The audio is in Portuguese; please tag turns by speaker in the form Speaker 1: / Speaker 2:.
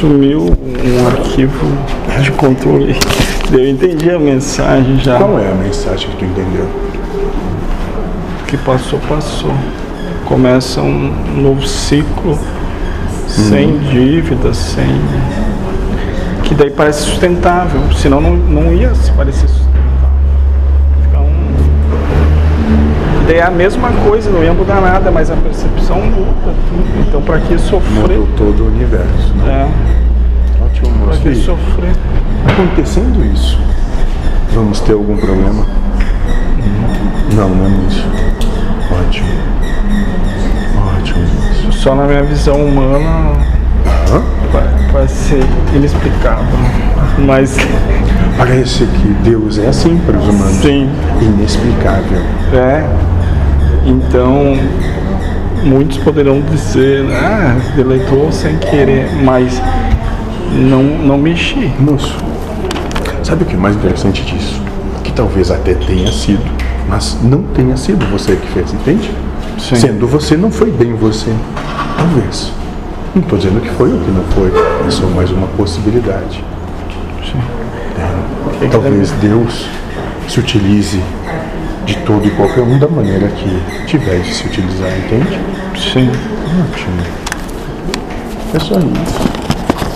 Speaker 1: sumiu um arquivo de controle. Eu entendi a mensagem já.
Speaker 2: Qual é a mensagem que tu entendeu?
Speaker 1: que passou, passou. Começa um novo ciclo
Speaker 2: Uhum.
Speaker 1: sem dívidas, sem. Que daí parece sustentável, senão não, não ia se parecer sustentável. Fica um- E daí é a mesma coisa, não ia mudar nada, mas a percepção muda tudo. Então pra que sofrer?
Speaker 2: Mudou todo o universo.
Speaker 1: É,
Speaker 2: Né? Ótimo,
Speaker 1: pra que
Speaker 2: mostrei.
Speaker 1: sofrer?
Speaker 2: Acontecendo isso, vamos ter algum problema? Não, não é isso. Ótimo. Ótimo isso.
Speaker 1: Só na minha visão humana
Speaker 2: Hã?
Speaker 1: pa- parece ser inexplicável. Mas
Speaker 2: Parece que Deus é assim para os humanos.
Speaker 1: sim.
Speaker 2: Inexplicável.
Speaker 1: É. Então, muitos poderão dizer, ah, deletou sem querer, mas não, não mexi.
Speaker 2: Moço, sabe o que é mais interessante disso? Que talvez até tenha sido, mas não tenha sido você que fez, entende?
Speaker 1: Sim.
Speaker 2: Sendo você, não foi bem você. Talvez. Não estou dizendo que foi ou que não foi, é só mais uma possibilidade. É,
Speaker 1: que
Speaker 2: Talvez Deus se utilize de todo e qualquer um da maneira que tiver de se utilizar, entende?
Speaker 1: Sim.
Speaker 2: Ótimo. É só isso.